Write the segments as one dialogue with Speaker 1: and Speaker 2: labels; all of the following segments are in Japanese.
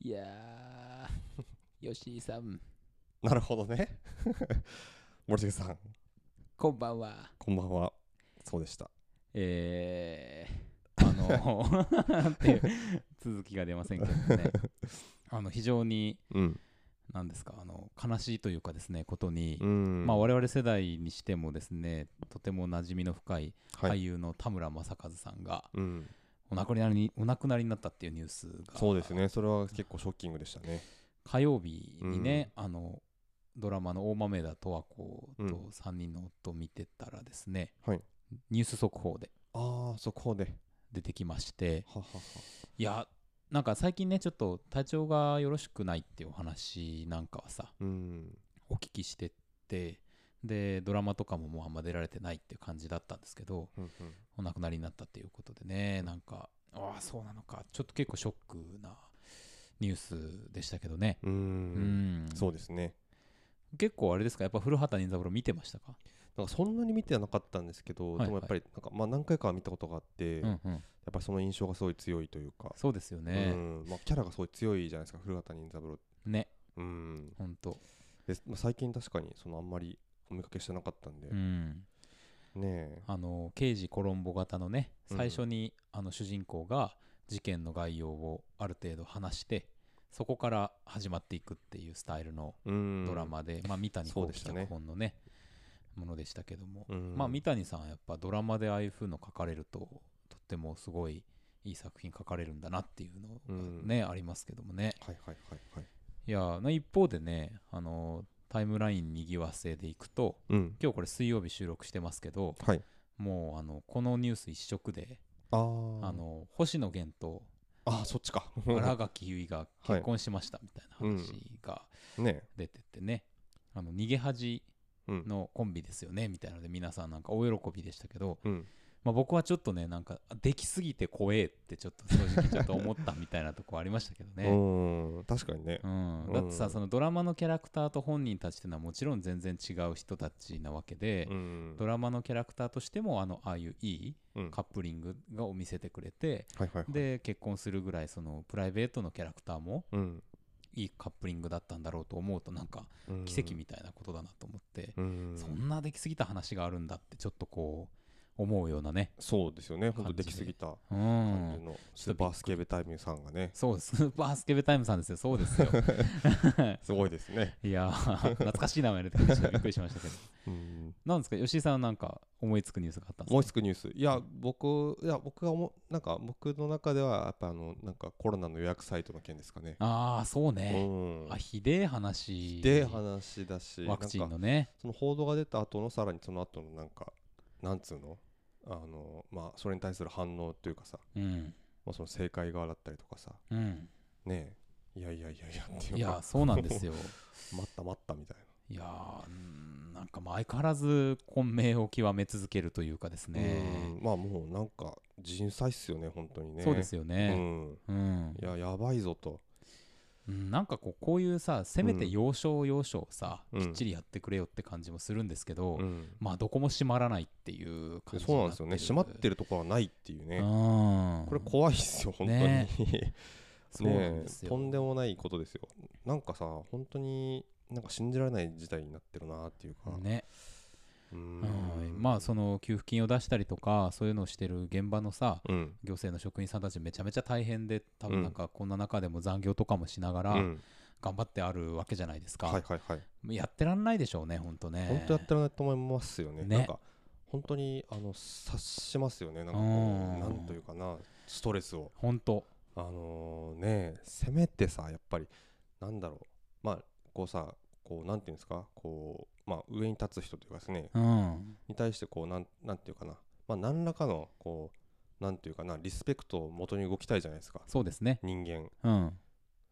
Speaker 1: いやー、 吉井さん、
Speaker 2: なるほどね。 森重さん、
Speaker 1: こんばんは。
Speaker 2: こんばんは。そうでした。
Speaker 1: え ー、あの、っていう続きが出ませんけどもね、 あの非常に、
Speaker 2: うん。
Speaker 1: なんですか、あの悲しいというかですね、ことに、
Speaker 2: うん。
Speaker 1: まあ、我々世代にしてもですね、とても馴染みの深い
Speaker 2: は
Speaker 1: 俳
Speaker 2: い。
Speaker 1: 優の田村正和さんが
Speaker 2: うん。
Speaker 1: お亡くなりにお亡くなりになったっていうニュースが、
Speaker 2: そうですね。それは結構ショッキングでしたね。
Speaker 1: 火曜日にね、あのドラマの大豆田十和子
Speaker 2: うん
Speaker 1: と3人の夫を見てたらですね、
Speaker 2: はい
Speaker 1: ニュース速報で
Speaker 2: ああ、そこで。
Speaker 1: 出てきまして
Speaker 2: はははい
Speaker 1: やなんか最近ねちょっと体調がよろしくないっていうお話なんかはさ
Speaker 2: うん。
Speaker 1: お聞きしててでドラマとかももうあんま出られてないっていう感じだったんですけど
Speaker 2: うん
Speaker 1: お亡くなりになったっていうことでねなんかああそうなのかちょっと結構ショックなニュースでしたけどね。
Speaker 2: うん。う。
Speaker 1: うんん、
Speaker 2: そうですね。
Speaker 1: 結構あれですかやっぱ古畑任三郎見てましたか
Speaker 2: なんかそんなに見てはなかったんですけ
Speaker 1: は
Speaker 2: ど、
Speaker 1: いはい
Speaker 2: でもやっぱりなんかまあ何回かは見たことがあって、
Speaker 1: う
Speaker 2: や
Speaker 1: ん
Speaker 2: っ
Speaker 1: うん、
Speaker 2: ぱりその印象がすごい強いというか、
Speaker 1: そうですよ
Speaker 2: う
Speaker 1: ね。
Speaker 2: んまあ、キャラがすごい強いじゃないですか古畑任三郎
Speaker 1: ね、
Speaker 2: うん
Speaker 1: 本当。
Speaker 2: で、まあ、最近確かにそのあんまりお見かけしてなかったんで、
Speaker 1: うん。
Speaker 2: ねえ
Speaker 1: あの刑事コロンボ型のね、
Speaker 2: うん
Speaker 1: 最初に、あの主人公が事件の概要をある程度話して、そこから始まっていくっていうスタイルの
Speaker 2: うん
Speaker 1: ドラマで、まあ三谷
Speaker 2: そ
Speaker 1: 幸
Speaker 2: うで
Speaker 1: 喜
Speaker 2: したね
Speaker 1: 脚本のねものでしたけども、
Speaker 2: うん
Speaker 1: まあ三谷さんはやっぱドラマでああいう風の書かれるととってもすごいいい作品書かれるんだなっていうのがね、ありますけどもね。
Speaker 2: はいはいはいはい
Speaker 1: いやーな一方でねあのタイムラインにぎわせでいくと
Speaker 2: うん
Speaker 1: 今日これ水曜日収録してますけど
Speaker 2: はい
Speaker 1: もうあのこのニュース一色で、
Speaker 2: あー
Speaker 1: あの星野源と
Speaker 2: あーそっちか
Speaker 1: 新垣結衣が結婚しましたみたいな話が
Speaker 2: ね
Speaker 1: 出ててね、あの逃げ恥
Speaker 2: えうん
Speaker 1: のコンビですよねみたいなので皆さんなんか大喜びでしたけど、
Speaker 2: うん
Speaker 1: まあ、僕はちょっとねなんかできすぎて怖えってちょっと正直ちょっと思ったみたいなとこありましたけど ね。
Speaker 2: うん確かにね
Speaker 1: うん、だってさ、
Speaker 2: うん
Speaker 1: そのドラマのキャラクターと本人たちっていうのはもちろん全然違う人たちなわけで、
Speaker 2: うん
Speaker 1: ドラマのキャラクターとしてもあのああいういい
Speaker 2: うん
Speaker 1: カップリングがを見せてくれて、
Speaker 2: はいはいはい
Speaker 1: で結婚するぐらいそのプライベートのキャラクターも
Speaker 2: うん
Speaker 1: いいカップリングだったんだろうと思うとなんか
Speaker 2: うん
Speaker 1: 奇跡みたいなことだなと思って、
Speaker 2: うん
Speaker 1: そんなできすぎた話があるんだってちょっとこう思うようなね、
Speaker 2: そうですよね本当
Speaker 1: 感じで
Speaker 2: できすぎた
Speaker 1: う
Speaker 2: 感じ
Speaker 1: ん、
Speaker 2: のスーパースケベタイムさんがね
Speaker 1: そうです スーパースケベタイムさんですよそうですよ
Speaker 2: すごいですね
Speaker 1: いやー 懐かしい名前出てきましたびっくりしましたけど
Speaker 2: うん
Speaker 1: なんですか吉井さんはなんか思いつくニュースがあったんです
Speaker 2: 思い
Speaker 1: か
Speaker 2: つくニュースいや僕いや僕が思うなんか僕の中ではやっぱあのなんかコロナの予約サイトの件ですかね
Speaker 1: ああそう
Speaker 2: う
Speaker 1: ね、
Speaker 2: ん
Speaker 1: あひでえ話
Speaker 2: で話だし
Speaker 1: ワクチ
Speaker 2: なん
Speaker 1: ン
Speaker 2: か
Speaker 1: のね
Speaker 2: その報道が出た後のさらにその後のなんかなんつうのあのまあそれに対する反応というかさ、
Speaker 1: うん
Speaker 2: まあ、その正解側だったりとかさ
Speaker 1: うん
Speaker 2: ねえいやいやいやいやって
Speaker 1: い
Speaker 2: いう
Speaker 1: や
Speaker 2: か
Speaker 1: そうなんですよ
Speaker 2: 待った待ったみたい
Speaker 1: いやーうんなんかまあ相変わらず混迷を極め続けるというかです
Speaker 2: な、
Speaker 1: ね、
Speaker 2: うんまあもうなんか人災っすよね本当にね
Speaker 1: そうですよ
Speaker 2: う
Speaker 1: ね
Speaker 2: ん
Speaker 1: うん、
Speaker 2: いややばいぞと
Speaker 1: うんなんかこうこういうさせめて要所要所をさ、
Speaker 2: うん
Speaker 1: きっちりやってくれよって感じもするんですけど、
Speaker 2: うん
Speaker 1: まあどこも閉まらないっていう感じ
Speaker 2: そうなんですよね閉まって
Speaker 1: る
Speaker 2: るところはないっていうね
Speaker 1: うん
Speaker 2: これ怖いっすよ本当に、
Speaker 1: ね そうなん
Speaker 2: ね
Speaker 1: です
Speaker 2: え
Speaker 1: よ
Speaker 2: とんでもないことですよなんかさ本当になんか信じられない事態になってるなっていうか、
Speaker 1: ね
Speaker 2: うー
Speaker 1: うん
Speaker 2: ん
Speaker 1: まあその給付金を出したりとかそういうのをしてる現場のさ
Speaker 2: うん
Speaker 1: 行政の職員さんたちめちゃめちゃ大変で多
Speaker 2: う
Speaker 1: 分
Speaker 2: ん
Speaker 1: なんかこんな中でも残業とかもしなが
Speaker 2: う
Speaker 1: ら
Speaker 2: ん
Speaker 1: 頑張ってあるわけじゃないですか、
Speaker 2: はいはいはい、
Speaker 1: やってらんないでしょうねほんとね
Speaker 2: 本当やってられないと思いますよね
Speaker 1: ね
Speaker 2: なんか本当にあの察しますよねなんかこ
Speaker 1: うん
Speaker 2: うなんというかなストレスを
Speaker 1: ほんと
Speaker 2: あのねせめてさやっぱりなんだろうまあこうさこうなんていうんですかこうまあ上に立つ人というかですね
Speaker 1: うん
Speaker 2: に対してこうなんなんていうかなまあ何らかのこうなんていうかなリスペクトを元に動きたいじゃないですか
Speaker 1: そうですね
Speaker 2: 人間
Speaker 1: うん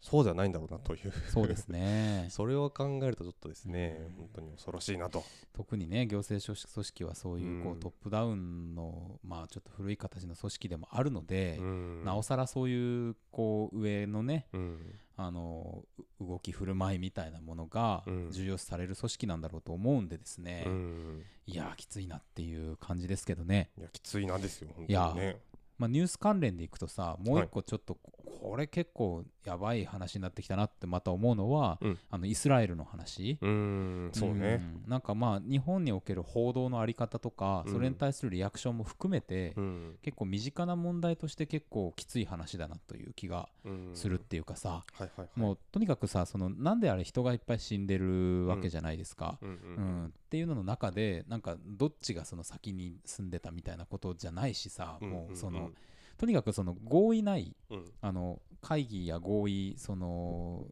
Speaker 2: そうじゃないんだろうなという
Speaker 1: そうです ね
Speaker 2: それを考えるとちょっとですね
Speaker 1: うん
Speaker 2: 本当に恐ろしいなと
Speaker 1: 特にね行政組織組織はそういうこ
Speaker 2: う
Speaker 1: うんトップダウンのまあちょっと古い形の組織でもあるので、
Speaker 2: うん
Speaker 1: なおさらそういうこう上のね
Speaker 2: うん
Speaker 1: あのう動き振る舞いみたいなものが
Speaker 2: うん
Speaker 1: 重要視される組織なんだろうと思うんでですね、
Speaker 2: うん
Speaker 1: いやーきついなっていう感じですけどね
Speaker 2: いやきついなですよ本
Speaker 1: いや
Speaker 2: 当にね
Speaker 1: まあ、ニュース関連でいくとさもう一個ちょっとこれ結構やばい話になってきたなってまた思うのは、
Speaker 2: うん
Speaker 1: あのイスラエルの話、
Speaker 2: うーんそうね
Speaker 1: んなんかまあ日本における報道のあり方とか
Speaker 2: うん
Speaker 1: それに対するリアクションも含めて、
Speaker 2: うん
Speaker 1: 結構身近な問題として結構きつい話だなという気が
Speaker 2: うん
Speaker 1: するっていうかさ、
Speaker 2: はいはいはい
Speaker 1: もうとにかくさそのなんであれ人がいっぱい死んでるわけじゃないですか。
Speaker 2: う
Speaker 1: うん
Speaker 2: ん
Speaker 1: っていうのの中でなんかどっちがその先に住んでたみたいなことじゃないしさ、
Speaker 2: うん
Speaker 1: もうその、
Speaker 2: んん
Speaker 1: とにかくその合意ない
Speaker 2: うん
Speaker 1: あの会議や合意その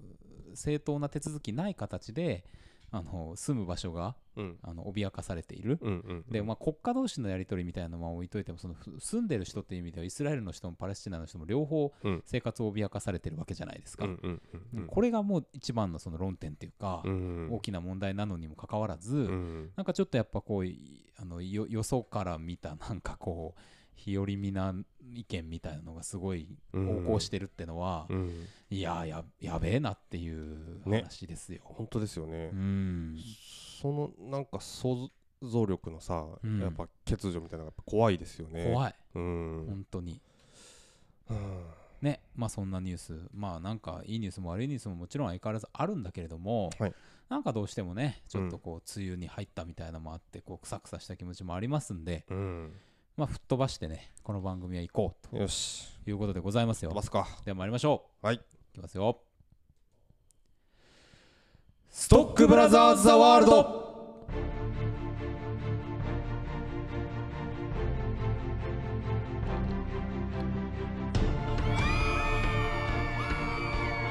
Speaker 1: 正当な手続きない形であの住む場所が
Speaker 2: うん
Speaker 1: あの脅かされている、
Speaker 2: うんうん
Speaker 1: で、まあ、国家同士のやり取りみたいなのは置いといてもそのふ住んでる人っていう意味ではイスラエルの人もパレスチナの人も両方
Speaker 2: うん
Speaker 1: 生活を脅かされてるわけじゃないですか、
Speaker 2: うんうんうん
Speaker 1: これがもう一番のその論点っていうか、
Speaker 2: うん
Speaker 1: 大きな問題なのにもかかわらず、
Speaker 2: うん
Speaker 1: なんかちょっとやっぱこういあのよよそから見たなんかこう日和見な意見みたいなのがすごい
Speaker 2: うん
Speaker 1: 横行してるってのは、
Speaker 2: うん
Speaker 1: いやーややべえなっていう
Speaker 2: ね
Speaker 1: 話ですよ。
Speaker 2: 本当ですよね
Speaker 1: うん
Speaker 2: そのなんか想像力のさ
Speaker 1: うん
Speaker 2: やっぱ欠如みたいなのがやっぱ怖いですよね
Speaker 1: 怖い、
Speaker 2: うん
Speaker 1: 本当に
Speaker 2: うん
Speaker 1: ねまあそんなニュースまあなんかいいニュースも悪いニュースももちろん相変わらずあるんだけれども、
Speaker 2: はい
Speaker 1: なんかどうしてもねちょっとこう梅雨に入ったみたいなのもあってこうクサクサした気持ちもありますんで、
Speaker 2: うん
Speaker 1: まあ、吹っ飛ばしてねこの番組は行こう
Speaker 2: よし
Speaker 1: ということでございますよ
Speaker 2: 飛ば。すか
Speaker 1: では参りましょう。
Speaker 2: はい
Speaker 1: いきますよ。
Speaker 2: ストックブラザーズ・ザ・ワールド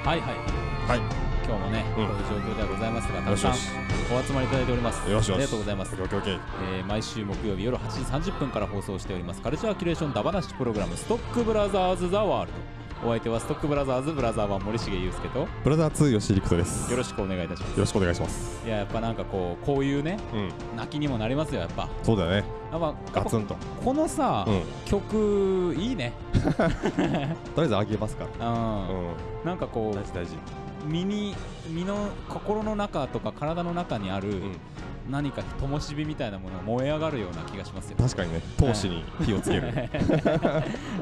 Speaker 1: はいはい。
Speaker 2: はい
Speaker 1: 今日もね、こう
Speaker 2: うん
Speaker 1: いう状況ではございますが、た
Speaker 2: よ
Speaker 1: く
Speaker 2: し
Speaker 1: さ
Speaker 2: よ
Speaker 1: ん
Speaker 2: し
Speaker 1: お集まりいただいております。
Speaker 2: よしよし
Speaker 1: ありがとうございます。
Speaker 2: オッケーオッケー
Speaker 1: えー毎週木曜日夜8時30分から放送しておりますカルチャーキュレーションダバなしプログラムストックブラザーズ・ザ・ワールドお相手はストックブラザーズブラザーは森重裕介とよ
Speaker 2: ブラザー2吉陸斗です
Speaker 1: ろしくお願いいたしま
Speaker 2: よろしくお願いします
Speaker 1: すいややっぱなんかこうこういうね
Speaker 2: うん
Speaker 1: 泣きにもなりますよやっぱ
Speaker 2: そうだよね
Speaker 1: やっぱ
Speaker 2: ガツンと
Speaker 1: このさ、
Speaker 2: うん
Speaker 1: 曲いいね
Speaker 2: とりあえずあげますから
Speaker 1: うん、
Speaker 2: うん
Speaker 1: なんかこ
Speaker 2: 大事大事
Speaker 1: う身に身の心の中とか体の中にある
Speaker 2: うん
Speaker 1: 何か灯火みたいなものが燃え上がるような気がしますよ
Speaker 2: 確かにね闘志に火をつけ る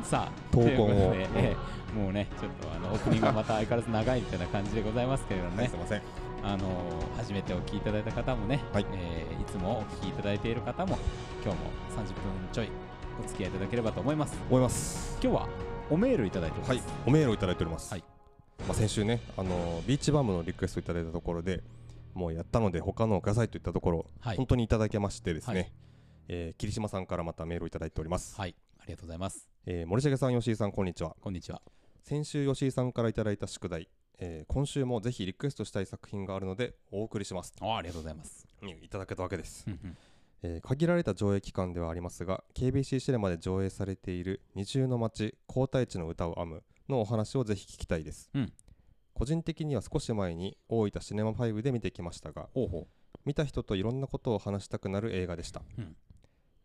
Speaker 1: さあ、
Speaker 2: 闘
Speaker 1: と
Speaker 2: 魂
Speaker 1: いうこと
Speaker 2: を
Speaker 1: で、ええもうね、ちょっとあのオープニングがまた相変わらず長いみたいな感じでございますけれども
Speaker 2: はい
Speaker 1: ね
Speaker 2: すい、ません
Speaker 1: あのー初めてお聞きいただいた方もね、
Speaker 2: はい
Speaker 1: えーいつもお聞きいただいている方も、今日も30分ちょいお付き合いいただければと思います。
Speaker 2: 思います
Speaker 1: 今日はおメールいただいております。
Speaker 2: はいおメールをいただいております
Speaker 1: はい
Speaker 2: まあ先週ねあのービーチバムのリクエストいただいたところでもうやったので他のをくださいといったところ
Speaker 1: はい
Speaker 2: 本当にいただけましてです
Speaker 1: はい
Speaker 2: ねえー霧島さんからまたメールをいただいております
Speaker 1: はいありがとうございます。
Speaker 2: えー森重さん吉井さんこんにちは
Speaker 1: こんにちは。
Speaker 2: 先週吉井さんからいただいた宿題、えー今週もぜひリクエストしたい作品があるのでお送りします
Speaker 1: あありがとうございます。
Speaker 2: いただけたわけです
Speaker 1: う、んうん
Speaker 2: えー限られた上映期間ではありますが KBC シネマで上映されている「二重の街皇太地の歌を編む」のお話をぜひ聞きたいです、
Speaker 1: うん
Speaker 2: 個人的には少し前に大分シネマ5で見てきましたが
Speaker 1: ほうほ
Speaker 2: 見た人といろんなことを話したくなる映画でした、
Speaker 1: うん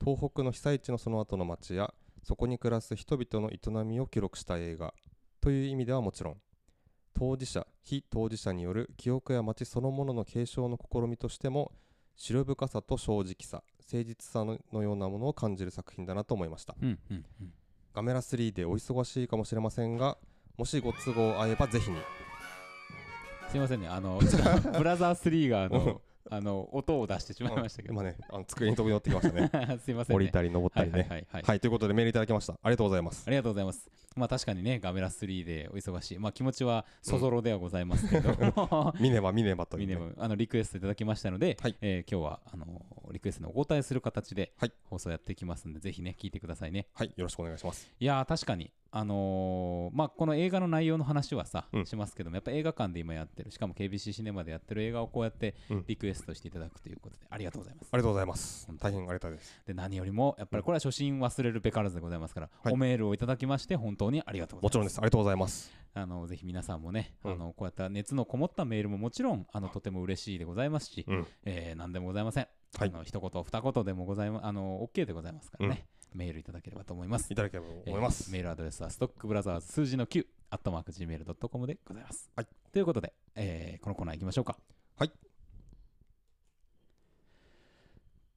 Speaker 2: 東北の被災地のその後の町やそこに暮らす人々の営みを記録した映画という意味ではもちろん当事者非当事者による記憶や町そのものの継承の試みとしても白深さと正直さ誠実さののようなものを感じる作品だなと思いました
Speaker 1: う。うんうんうん。
Speaker 2: ガメラ3でお忙しいかもしれませんがもしご都合合えばぜひに
Speaker 1: すいませんね、あの、ちょっと ブラザー3があ
Speaker 2: う ん
Speaker 1: の、あの、音を出してしまいましたけど、
Speaker 2: 今ねあの机に飛び乗ってきまし たね
Speaker 1: すいません
Speaker 2: 降
Speaker 1: ね。
Speaker 2: りたり登ったりね、
Speaker 1: はいはいはい、はい
Speaker 2: はい、ということでメールいただきました。ありがとうございます。
Speaker 1: ありがとうございます。まあ確かにね、ガメラ3でお忙しい。まあ気持ちはそぞろではございますけど、
Speaker 2: ミネバミネバとい
Speaker 1: ミ
Speaker 2: う、
Speaker 1: ネ
Speaker 2: ね。
Speaker 1: ムあのリクエストいただきましたので、
Speaker 2: はい
Speaker 1: えー今日はあのリクエストにお答えする形で
Speaker 2: はい
Speaker 1: 放送やっていきますんで、ぜひね、聞いてくださいね。
Speaker 2: はい、よろしくお願いします。
Speaker 1: いやー、確かに。あのーまあ、この映画の内容の話はさ、
Speaker 2: うん
Speaker 1: しますけどもやっぱ映画館で今やってるしかも KBC シネマでやってる映画をこうやって
Speaker 2: うん
Speaker 1: リクエストしていただくということで、ありがとうございます
Speaker 2: ありがとうございます
Speaker 1: 本。当
Speaker 2: 大変ありがたいです。
Speaker 1: で何よりもやっぱりこれは初心忘れるべからずでございますから、
Speaker 2: はい
Speaker 1: おメールをいただきまして本当にありがとうございます
Speaker 2: もちろんです。ありがとうございます。
Speaker 1: あのぜひ皆さんもね、
Speaker 2: うん
Speaker 1: あのこうやった熱のこもったメールももちろんあのとても嬉しいでございますし、
Speaker 2: うん
Speaker 1: えー何でもございません、
Speaker 2: はい
Speaker 1: あの一言二言でもございまあの OK でございますからね、メールいただければと思います
Speaker 2: いただければと思います。
Speaker 1: えーメールアドレスはストックブラザーズ数字の9アットマーク Gmail.com でございます、
Speaker 2: はい
Speaker 1: ということで、えーこのコーナー行きましょうか
Speaker 2: はい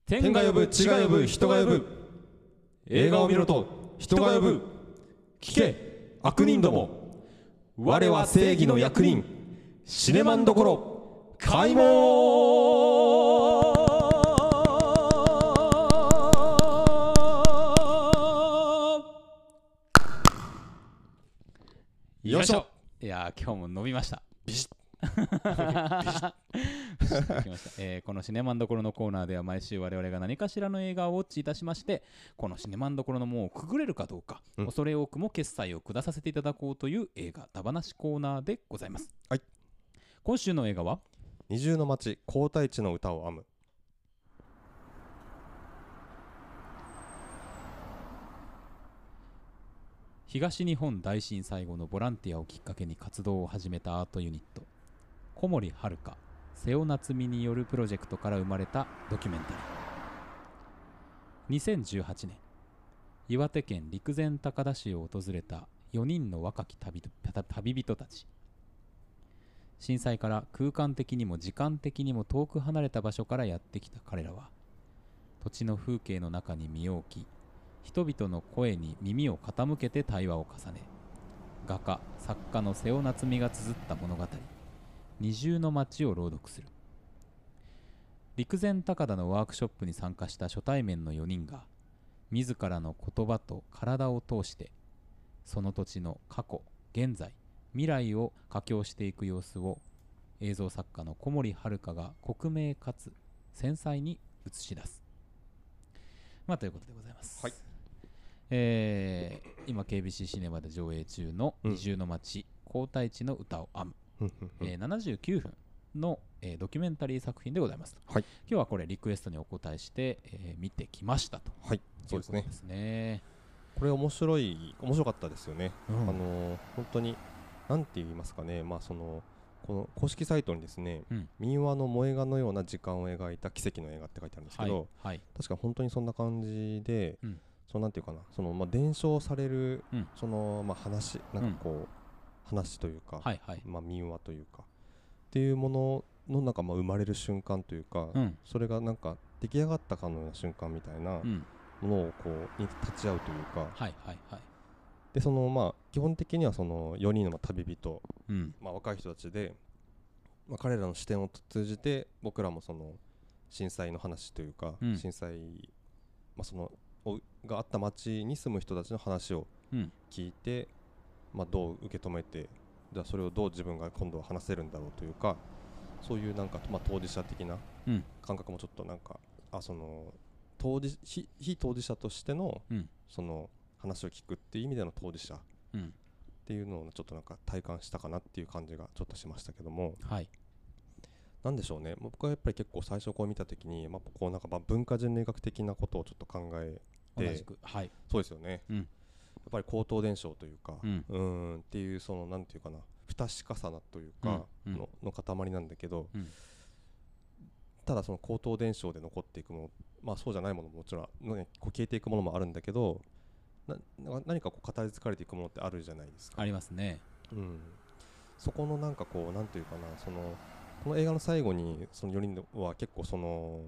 Speaker 1: 天が呼ぶ地が呼ぶ人が呼ぶ
Speaker 2: 映画を見ろと人が呼ぶ聞け悪人ども我は正義の役人シネマンどころ開門よいしょ
Speaker 1: いやー今日も伸びました
Speaker 2: ビシッ
Speaker 1: 来ました えーこのシネマンどころのコーナーでは毎週我々が何かしらの映画をウォッチいたしましてこのシネマンどころの門をくぐれるかどうか、
Speaker 2: うん
Speaker 1: 恐れ多くも決済を下させていただこうという映画「ダバなしコーナーでございます、
Speaker 2: はい、
Speaker 1: 今週の映画は
Speaker 2: 二重の町皇太地の歌を編む
Speaker 1: 東日本大震災後のボランティアをきっかけに活動を始めたアートユニット小森遥瀬尾夏美によるプロジェクトから生まれたドキュメンタリー2018年岩手県陸前高田市を訪れた4人の若き旅人旅旅人たち震災から空間的にも時間的にも遠く離れた場所からやってきた彼らは土地の風景の中に身を置き人々の声に耳を傾けて対話を重ね画家作家の瀬尾夏美が綴った物語「二重の町」を朗読する陸前高田のワークショップに参加した初対面の4人が自らの言葉と体を通してその土地の過去現在未来を佳境していく様子を映像作家の小森遥が克明かつ繊細に映し出す。まあ、ということでございます。
Speaker 2: はい
Speaker 1: えー今 KBC シネマで上映中の「
Speaker 2: うん
Speaker 1: 二重の町、皇太地の歌を編む」え
Speaker 2: え
Speaker 1: ー79分の、えードキュメンタリー作品でございます、
Speaker 2: はい
Speaker 1: 今日はこれリクエストにお答えして、えー見てきましたと
Speaker 2: はいそうです
Speaker 1: い
Speaker 2: ね
Speaker 1: ことですね
Speaker 2: これ面白い面白かったですよね、
Speaker 1: うん
Speaker 2: あのー本当になんて言いますかねまあそのこの公式サイトにですね、
Speaker 1: うん
Speaker 2: 民話の萌え画のような時間を描いた奇跡の映画って書いてあるんですけ
Speaker 1: は
Speaker 2: ど、
Speaker 1: い、はい、
Speaker 2: 確か本当にそんな感じで、
Speaker 1: うん
Speaker 2: そのなんていうかなそのまあ伝承される、
Speaker 1: うん
Speaker 2: そのまあ話なんかこう、話というか、
Speaker 1: はいはい
Speaker 2: まあ民話というかっていうもののなんかまあ生まれる瞬間というか、
Speaker 1: うん
Speaker 2: それがなんか出来上がったかのような瞬間みたいな
Speaker 1: うん
Speaker 2: ものをこうに立ち会うというか
Speaker 1: はいはいはい
Speaker 2: でそのまあ基本的にはその4人の旅人、
Speaker 1: うん
Speaker 2: まあ、若い人たちで、まあ、彼らの視点を通じて僕らもその震災の話というか、
Speaker 1: うん
Speaker 2: 震災、まあ、そのおがあった町に住む人たちの話を
Speaker 1: うん
Speaker 2: 聞いて、まあ、どう受け止めてじゃあそれをどう自分が今度は話せるんだろうというかそういうなんか、まあ、当事者的な
Speaker 1: うん
Speaker 2: 感覚もちょっとなんかあその当事非非当事者としての、
Speaker 1: うん
Speaker 2: その話を聞くっていう意味での当事者
Speaker 1: うん
Speaker 2: っていうのをちょっとなんか体感したかなっていう感じがちょっとしましたけども
Speaker 1: はい
Speaker 2: なんでしょうねもう僕はやっぱり結構最初こう見た時に、まあ、こうなんかまあ文化人類学的なことをちょっと考え
Speaker 1: 同
Speaker 2: で
Speaker 1: じくはい
Speaker 2: そうですよね、
Speaker 1: うん
Speaker 2: やっぱり口頭伝承というか
Speaker 1: うん
Speaker 2: うーんっていうそのなんていうかな不確かさなというか
Speaker 1: うんうん
Speaker 2: の,、の塊なんだけど、
Speaker 1: うん
Speaker 2: ただその口頭伝承で残っていくものまあそうじゃないものももちろん、ね、こう消えていくものもあるんだけどなな何かこう語り継がれていくものってあるじゃないですか
Speaker 1: ありますね
Speaker 2: うん、そこのなんかこうなんていうかなそのこの映画の最後にその4人は結構その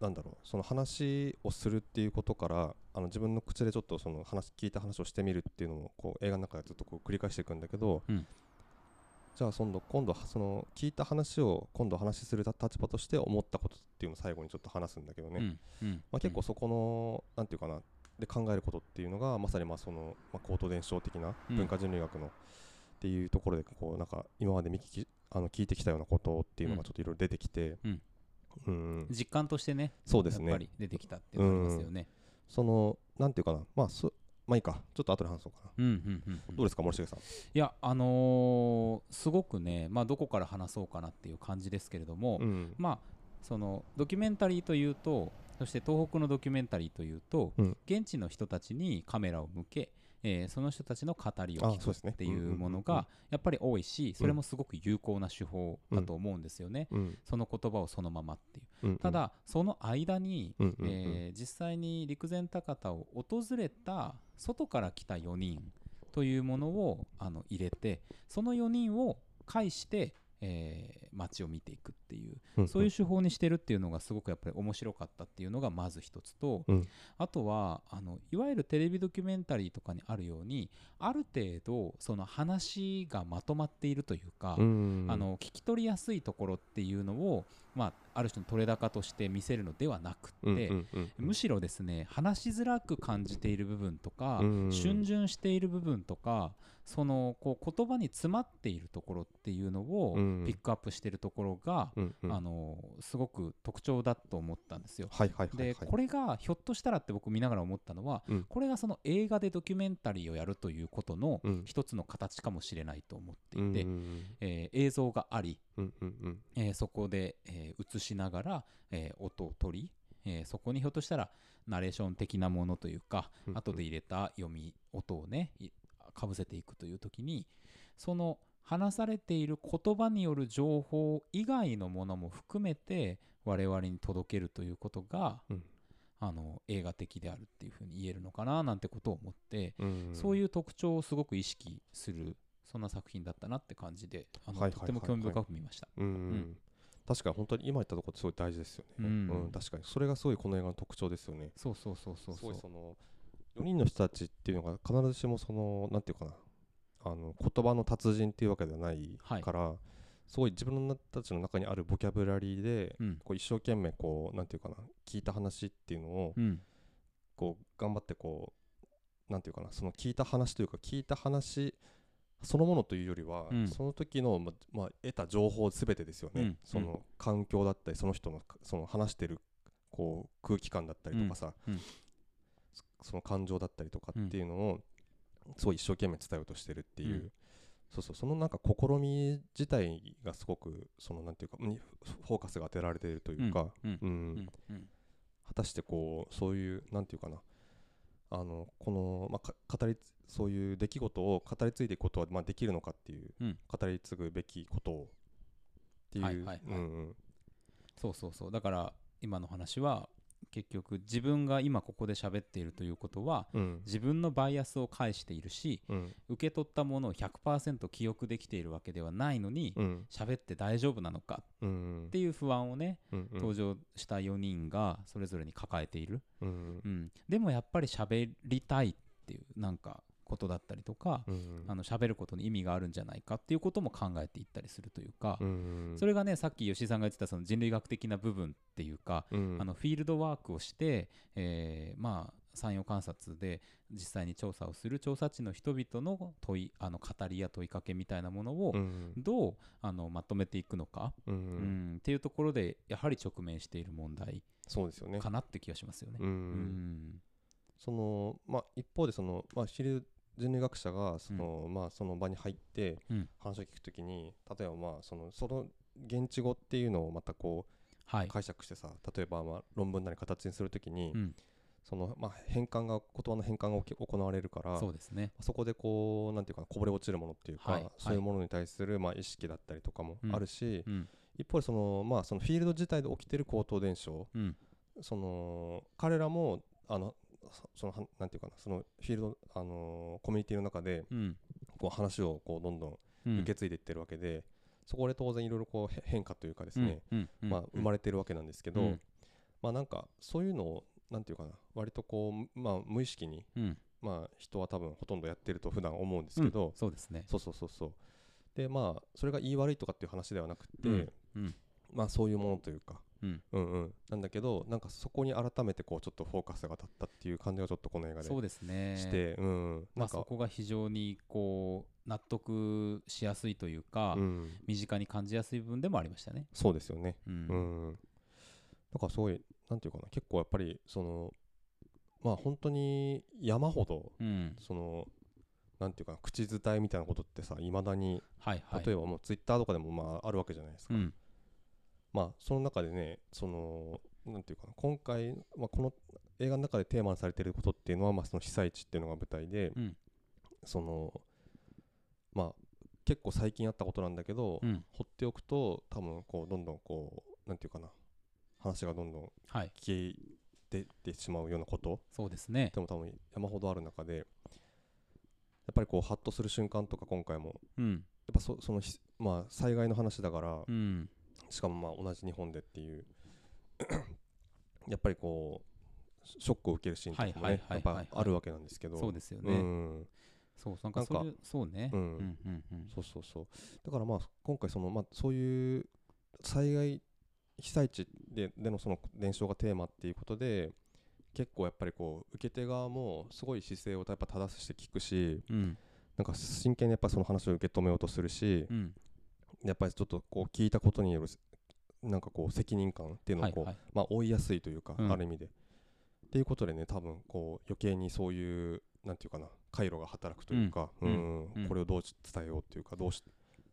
Speaker 2: なんだろうその話をするっていうことからあの自分の口でちょっとその話聞いた話をしてみるっていうのをこう映画の中でずっとこう繰り返していくんだけど、
Speaker 1: うん
Speaker 2: じゃあ今度今度はその聞いた話を今度話しする立場として思ったことっていうのを最後にちょっと話すんだけどね、
Speaker 1: うんうん
Speaker 2: まあ、結構そこの、なんていうかなで考えることっていうのがまさにまあその、まあ、高等伝承的な
Speaker 1: うん
Speaker 2: 文化人類学の、っていうところでこうなんか今まで見聞きあの聞いてきたようなことっていうの
Speaker 1: うん
Speaker 2: がちょっといろいろ出てきて、
Speaker 1: うん
Speaker 2: うん
Speaker 1: うん実感としてね
Speaker 2: そうです
Speaker 1: やっぱ
Speaker 2: ね
Speaker 1: り出てきたっていうのがありますよね
Speaker 2: そのなんていうかなまあそまあいいかちょっと後で話そうかな、
Speaker 1: うんうんうんうん
Speaker 2: どうですか森重さん
Speaker 1: いやあのーすごくねまあどこから話そうかなっていう感じですけれども、
Speaker 2: うん
Speaker 1: まあそのドキュメンタリーというとそして東北のドキュメンタリーというと、
Speaker 2: うん
Speaker 1: 現地の人たちにカメラを向け、えーその人たちの語りを
Speaker 2: あ
Speaker 1: 聞く
Speaker 2: そうですね
Speaker 1: っていうもの
Speaker 2: うんうん
Speaker 1: がやっぱり多いしそれもすごく有効な手法だと思うんですよね、
Speaker 2: うん
Speaker 1: その言葉をそのままっていう
Speaker 2: うん
Speaker 1: ただその間に、
Speaker 2: うんうんうん
Speaker 1: えー実際に陸前高田を訪れた外から来た4人というものをあの入れてその4人を介して、えー街を見ていくっていう
Speaker 2: うん
Speaker 1: そういう手法にしてるっていうのがすごくやっぱり面白かったっていうのがまず一つと、
Speaker 2: うん
Speaker 1: あとはあのいわゆるテレビドキュメンタリーとかにあるようにある程度その話がまとまっているというか、
Speaker 2: うん
Speaker 1: あの聞き取りやすいところっていうのを、まあ、ある種の取れ高として見せるのではなくって、
Speaker 2: うんうんうんうん
Speaker 1: むしろですね話しづらく感じている部分とか、
Speaker 2: うん
Speaker 1: 逡巡している部分とかそのこう言葉に詰まっているところっていうのを
Speaker 2: うん
Speaker 1: ピックアップしているところが、
Speaker 2: うんうん
Speaker 1: あのすごく特徴だと思ったんですよ。
Speaker 2: はいはいはいは
Speaker 1: で
Speaker 2: い
Speaker 1: これがひょっとしたらって僕見ながら思ったのは、
Speaker 2: うん
Speaker 1: これがその映画でドキュメンタリーをやるということの
Speaker 2: うん
Speaker 1: 一つの形かもしれないと思って
Speaker 2: う
Speaker 1: い
Speaker 2: ん
Speaker 1: て、
Speaker 2: うん
Speaker 1: えー映像があり、
Speaker 2: うんうんうん
Speaker 1: えーそこで、えー映しながら、えー音を取り、えーそこにひょっとしたらナレーション的なものというか、
Speaker 2: うん
Speaker 1: 後で入れた読み音をねいかぶせていくという時にその話されている言葉による情報以外のものも含めて我々に届けるということが、
Speaker 2: うん
Speaker 1: あの映画的であるっていうふうに言えるのかななんてことを思って、
Speaker 2: うん
Speaker 1: そういう特徴をすごく意識するそんな作品だったなって感じであの、
Speaker 2: はいはいはいはい
Speaker 1: とても興味深く見ました。
Speaker 2: うん
Speaker 1: ん
Speaker 2: 確かに本当に今言ったところってすごい大事ですよ
Speaker 1: う
Speaker 2: ね、
Speaker 1: ん
Speaker 2: 確かにそれがすごいこの映画の特徴ですよね
Speaker 1: そうそうそうそう
Speaker 2: す
Speaker 1: そ
Speaker 2: ご
Speaker 1: う
Speaker 2: いその4人の人たちっていうのが必ずしもそのなんていうかなあの言葉の達人っていうわけではない
Speaker 1: はい
Speaker 2: から、すごい自分たちの中にあるボキャブラリーで
Speaker 1: うん
Speaker 2: こう一生懸命こうなんていうかな聞いた話っていうのを
Speaker 1: うん
Speaker 2: こう頑張ってこうなんていうかなその聞いた話というか聞いた話そのものというよりは、
Speaker 1: うん
Speaker 2: その時の、ままあ、得た情報すべてですよね、
Speaker 1: うん
Speaker 2: その環境だったりその人のかその話してるこう空気感だったりとかさ、
Speaker 1: うんうん
Speaker 2: そその感情だったりとかっていうのを、すごい一生懸命伝えようとしてるっていう、
Speaker 1: うん
Speaker 2: そうそうそのなんか試み自体がすごくそのなんていうかにフォーカスが当てられているというか、
Speaker 1: うん
Speaker 2: うん
Speaker 1: うんうん
Speaker 2: 果たしてこうそういうなんていうかなあのこの、まあ、か語りつそういう出来事を語り継いでいくことは、まあ、できるのかっていう、
Speaker 1: うん
Speaker 2: 語り継ぐべきことをっていう、
Speaker 1: はいはいはい
Speaker 2: うんうん
Speaker 1: そうそうそうだから今の話は結局自分が今ここで喋っているということは
Speaker 2: うん
Speaker 1: 自分のバイアスを介しているし
Speaker 2: うん
Speaker 1: 受け取ったものを100%記憶できているわけではないのに
Speaker 2: うん
Speaker 1: 喋って大丈夫なのか
Speaker 2: うんうん
Speaker 1: っていう不安をね
Speaker 2: うんうん
Speaker 1: 登場した4人がそれぞれに抱えている、
Speaker 2: うん
Speaker 1: うん、でもやっぱり喋りたいっていうなんかことだったりとか
Speaker 2: うん
Speaker 1: あの喋ることに意味があるんじゃないかっていうことも考えていったりするというか
Speaker 2: うんうん
Speaker 1: それがねさっき吉井さんが言ってたその人類学的な部分っていうか
Speaker 2: うん
Speaker 1: あのフィールドワークをして、えーまあ山陽観察で実際に調査をする調査地の人々の問いあの語りや問いかけみたいなものを
Speaker 2: うん
Speaker 1: どうあのまとめていくのか、
Speaker 2: うんう
Speaker 1: うん
Speaker 2: ん
Speaker 1: っていうところでやはり直面している問題
Speaker 2: そうですよね
Speaker 1: かなって気がしますよね。
Speaker 2: うん
Speaker 1: うん
Speaker 2: そのまあ一方でそのまあ知る人類学者がその、まあその場に入って
Speaker 1: うん
Speaker 2: 話を聞くときに、例えばまあそのその現地語っていうのをまたこう
Speaker 1: はい、
Speaker 2: 解釈してさ例えばまあ論文なり形にするときに、
Speaker 1: うん、
Speaker 2: そのまあ変換が言葉の変換がおき行われるから
Speaker 1: そうですね。
Speaker 2: そこでこうなんていうかなこぼれ落ちるものっていうか、
Speaker 1: はい
Speaker 2: そういうものに対するまあ意識だったりとかもあるし、
Speaker 1: うん
Speaker 2: 一方でそのまあそのフィールド自体で起きてる高等伝承
Speaker 1: うん
Speaker 2: その彼らもあのそそのはなんていうかなそのフィールドあのーコミュニティの中で
Speaker 1: うん
Speaker 2: こう話をこうどんど
Speaker 1: うん
Speaker 2: ん受け継いでいってるわけで、そこで当然いろいろこうへ変化というかですね、
Speaker 1: うんうん
Speaker 2: まあ、生まれてるわけなんですけど、
Speaker 1: うん
Speaker 2: まあなんかそういうのをなんていうかな割とこう、まあ、無意識に、
Speaker 1: うんうん
Speaker 2: まあ、人は多分ほとんどやってると普段思うんですけど、
Speaker 1: そうですね。
Speaker 2: そうそうそうそうでまあそれが言い悪いとかっていう話ではなくて、
Speaker 1: うんうん
Speaker 2: まあそういうものというか、
Speaker 1: うん
Speaker 2: うんうんなんだけどなんかそこに改めてこうちょっとフォーカスが当たったっていう感じがちょっとこの映画で
Speaker 1: そうですね。
Speaker 2: して、うんうん
Speaker 1: まあ、
Speaker 2: なんか、
Speaker 1: そこが非常にこう納得しやすいというか、
Speaker 2: うん、
Speaker 1: 身近に感じやすい部分でもありましたね。
Speaker 2: そうですよね
Speaker 1: うん
Speaker 2: うん、だからすごいなんていうかな結構やっぱりそのまあ本当に山ほど
Speaker 1: うん
Speaker 2: そのなんていうかな口伝えみたいなことってさいまだに
Speaker 1: はいはい。
Speaker 2: 例えばもうツイッターとかでもまああるわけじゃないですか、
Speaker 1: うん
Speaker 2: まあその中でねそのなんていうかな今回、まあ、この映画の中でテーマにされてることっていうのは、まあ、その被災地っていうのが舞台で、
Speaker 1: うん
Speaker 2: そのまあ結構最近あったことなんだけど、
Speaker 1: うん
Speaker 2: 放っておくと多分こうどんどんこうなんていうかな話がどんどん
Speaker 1: はい、
Speaker 2: 消えてってしまうようなこと
Speaker 1: そうですね。
Speaker 2: でも多分山ほどある中でやっぱりこうハッとする瞬間とか今回も
Speaker 1: うん、
Speaker 2: やっぱそそのひ、まあ災害の話だから、
Speaker 1: うん
Speaker 2: しかもまあ同じ日本でっていうやっぱりこうシショックを受けるシーンとかも
Speaker 1: はい
Speaker 2: ね
Speaker 1: は
Speaker 2: や
Speaker 1: い
Speaker 2: っ
Speaker 1: はいはい
Speaker 2: ぱあるわけなんですけど
Speaker 1: そうですよ
Speaker 2: う
Speaker 1: ね、
Speaker 2: ん
Speaker 1: そうなんか
Speaker 2: なん
Speaker 1: そ
Speaker 2: か
Speaker 1: れそうね
Speaker 2: う
Speaker 1: うんんうんうん
Speaker 2: そうそうそうだからまあ今回その、まあ、そういう災害被災地ででのその伝承がテーマっていうことで結構やっぱりこう受け手側もすごい姿勢をやっぱ正して聞くし
Speaker 1: うん
Speaker 2: なんか真剣にやっぱその話を受け止めようとするし
Speaker 1: うん
Speaker 2: やっぱりちょっとこう聞いたことによるなんかこう責任感っていうの
Speaker 1: は
Speaker 2: を
Speaker 1: い
Speaker 2: こう
Speaker 1: はい
Speaker 2: まあ、追いやすいというか、
Speaker 1: うん
Speaker 2: ある意味で。っていうことでね多分こう余計にそういうなんていうかな回路が働くというか、
Speaker 1: う
Speaker 2: うんん
Speaker 1: うん
Speaker 2: これをどう伝えようっていうかどうし